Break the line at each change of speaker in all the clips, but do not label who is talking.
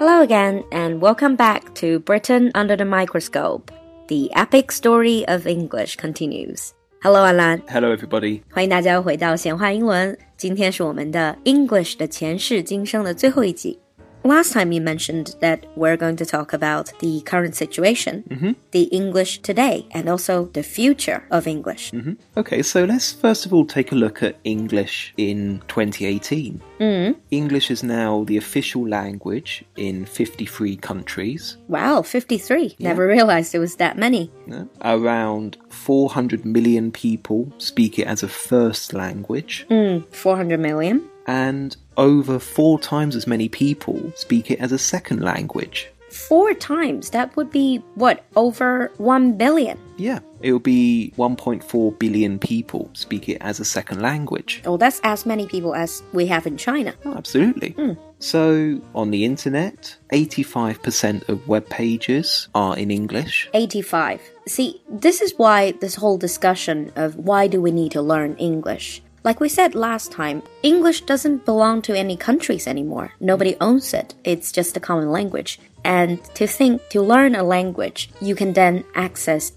Hello again, and welcome back to Britain Under the Microscope. The epic story of English continues. Hello, Alan.
Hello, everybody.
欢迎大家回到闲话英文。今天是我们的 English 的前世今生的最后一集。Last time you mentioned that we're going to talk about the current situation, the English today, and also the future of English.
Okay, so let's first of all take a look at English in 2018.
Mm,
English is now the official language in 53 countries.
Wow, 53. Never realized it was that many.
Yeah. Around 400 million people speak it as a first language,
Mm, 400 million.
and over four times as many people speak it as a second language.
Four times. That would be, what, over 1 billion?
Yeah, it'll be 1.4 billion people speak it as a second language.
Oh, that's as many people as we have in China.
Oh, absolutely. So, on the internet, 85% of web pages are in English.
85. See, this is why this whole discussion of why do we need to learn English? Like we said last time, English doesn't belong to any countries anymore. Nobody owns it. It's just a common language. And to think to learn a language, you can then access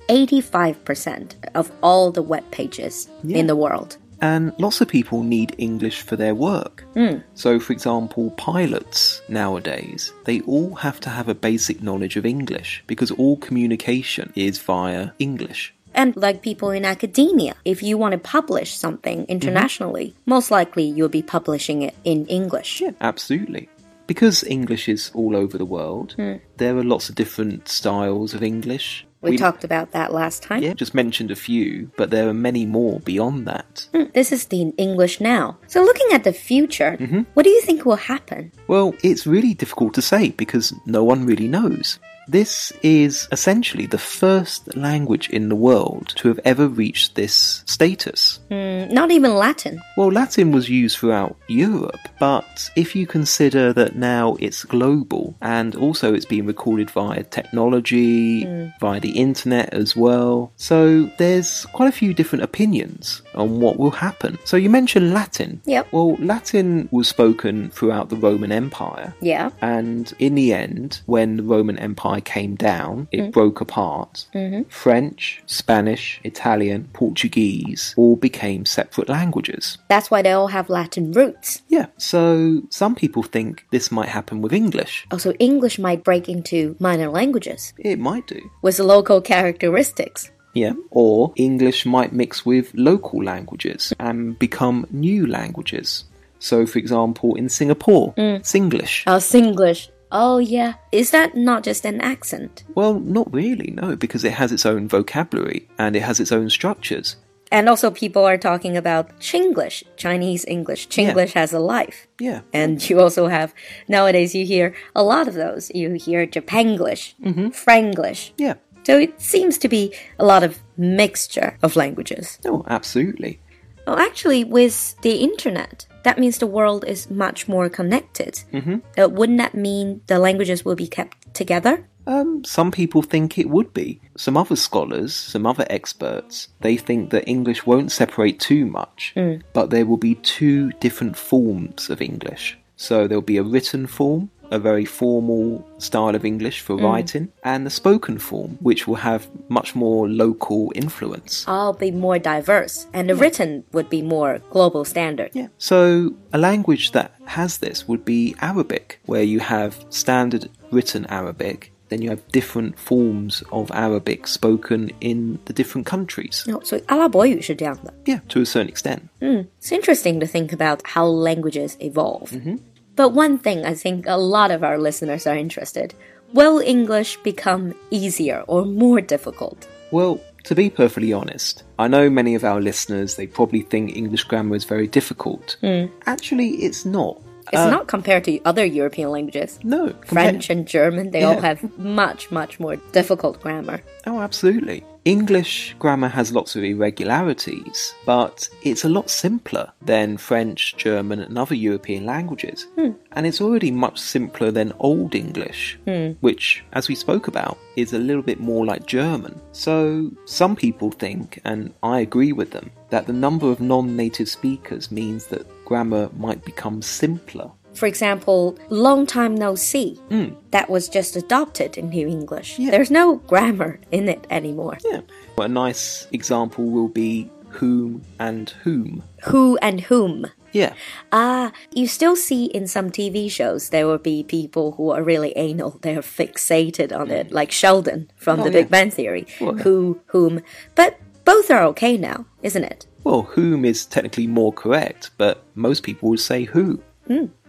85% of all the web pages in the world.
And lots of people need English for their work. So, for example, pilots nowadays, they all have to have a basic knowledge of English because all communication is via English.
And like people in academia, if you want to publish
Mm-hmm.
something internationally, most likely you'll be publishing it in English.
Yeah, absolutely. Because English is all over the world, there are lots of different styles of English.
We, talked about that last time.
yeah, just mentioned a few, but there are many more beyond that.
Mm, This is the English now. So, looking at the future,
Mm-hmm.
what do you think will happen?
Well, it's really difficult to say because no one really knows. This is essentially the first language in the world to have ever reached this status.
Mm, Not even Latin.
Well, Latin was used throughout Europe, but if you consider that now it's global and also it's being recorded via technology, via the internet as well, so there's quite a few different opinions on what will happen. So you mentioned Latin.
Yep.
Well, Latin was spoken throughout the Roman Empire.
Yeah.
And in the end, when the Roman Empire came down, it broke apart. French, Spanish, Italian, Portuguese all became separate languages.
That's why they all have Latin roots.
Yeah, so some people think this might happen with English.
Also, Oh, English might break into minor languages
It might do.
with local characteristics.
Yeah. Or English might mix with local languages and become new languages. So, for example, in Singapore, Singlish.
Oh, Singlish. Oh, yeah. Is that not just an accent?
Well, not really, no, because it has its own vocabulary and it has its own structures.
And also, people are talking about Chinglish, Chinese English. Chinglish has a life.
Yeah.
And you also have, nowadays, you hear a lot of those. You hear Japanglish, Franglish.
Yeah.
So it seems to be a lot of mixture of languages.
Oh, absolutely.
Oh, actually, with the internet, that means the world is much more connected. Mm-hmm. Uh, wouldn't that mean the languages will be kept together?
Um, some people think it would be. Some other scholars, some other experts, they think that English won't separate too much, but there will be two different forms of English. So there'll be a written form, a very formal style of English for writing, and the spoken form, which will have much more local influence.
I'll be more diverse, and the written would be more global standard.
Yeah. So a language that has this would be Arabic, where you have standard written Arabic, then you have different forms of Arabic spoken in the different countries.
所以阿拉伯语是这样的。
Yeah, to a certain extent.
Hmm, It's interesting to think about how languages evolve.
Mm-hmm.
But one thing I think a lot of our listeners are interested will English become easier or more difficult?
Well, to be perfectly honest, I know many of our listeners they probably think English grammar is very difficult. Actually, it's not.
Hmm. It's not compared to other European languages.
No. Uh, compared-
French and German, they all
Yeah.
have much, much more difficult grammar.
Oh, absolutely. English grammar has lots of irregularities, but it's a lot simpler than French, German, and other European languages. And it's already much simpler than Old English, which, as we spoke about, is a little bit more like German. So some people think, and I agree with them, that the number of non native speakers means that grammar might become simpler.
For example, long time no see. That was just adopted into English.
Hmm. Yeah.
There's no grammar in it anymore.
Yeah. Well, a nice example will be whom and whom.
Who and whom.
Yeah.
Ah, you still see in some TV shows there will be people who are really anal. They're fixated on it, like Sheldon from
Mm. Oh,
The
yeah.
Big Bang Theory.
Well, yeah.
Who, whom. But both are okay now, isn't it?
Well, whom is technically more correct, but most people would say who.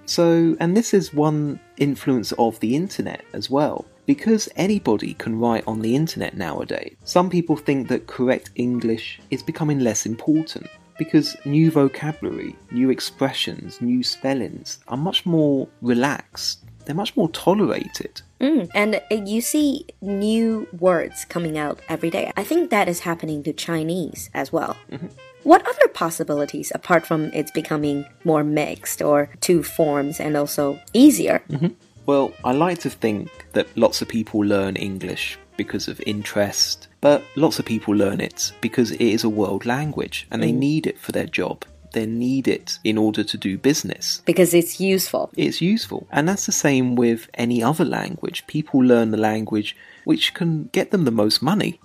So, and this is one influence of the internet as well. Because anybody can write on the internet nowadays, some people think that correct English is becoming less important because new vocabulary, new expressions, new spellings are much more relaxed, they're much more tolerated.
Mm. And uh, you see new words coming out every day. I think that is happening to Chinese as well.
Mm-hmm.
What other possibilities, apart from it's becoming more mixed or two forms and also easier?
Mm-hmm. Well, I like to think that lots of people learn English because of interest, but lots of people learn it because it is a world language and they need it for their job. They need it in order to do business.
Because it's useful.
It's useful. And that's the same with any other language. People learn the language which can get them the most money.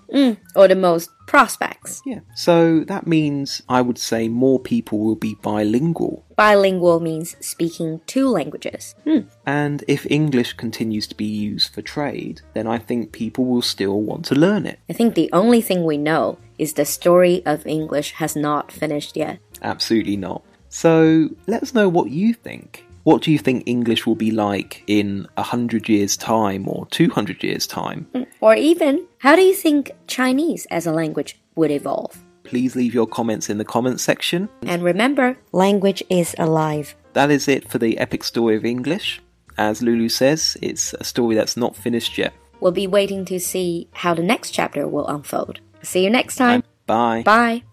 Or the most prospects.
Yeah. So that means I would say more people will be bilingual.
Bilingual means speaking two languages. Hmm.
And if English continues to be used for trade, then I think people will still want to learn it.
I think the only thing we know is the story of English has not finished yet.
Absolutely not. So let us know what you think. What do you think English will be like in 100 years' time or 200 years' time?
Hmm. Or even, how do you think Chinese as a language would evolve?
Please leave your comments in the comments section.
And remember, language is alive.
That is it for the epic story of English. As Lulu says, it's a story that's not finished yet.
We'll be waiting to see how the next chapter will unfold. See you next time.
Bye.
Bye.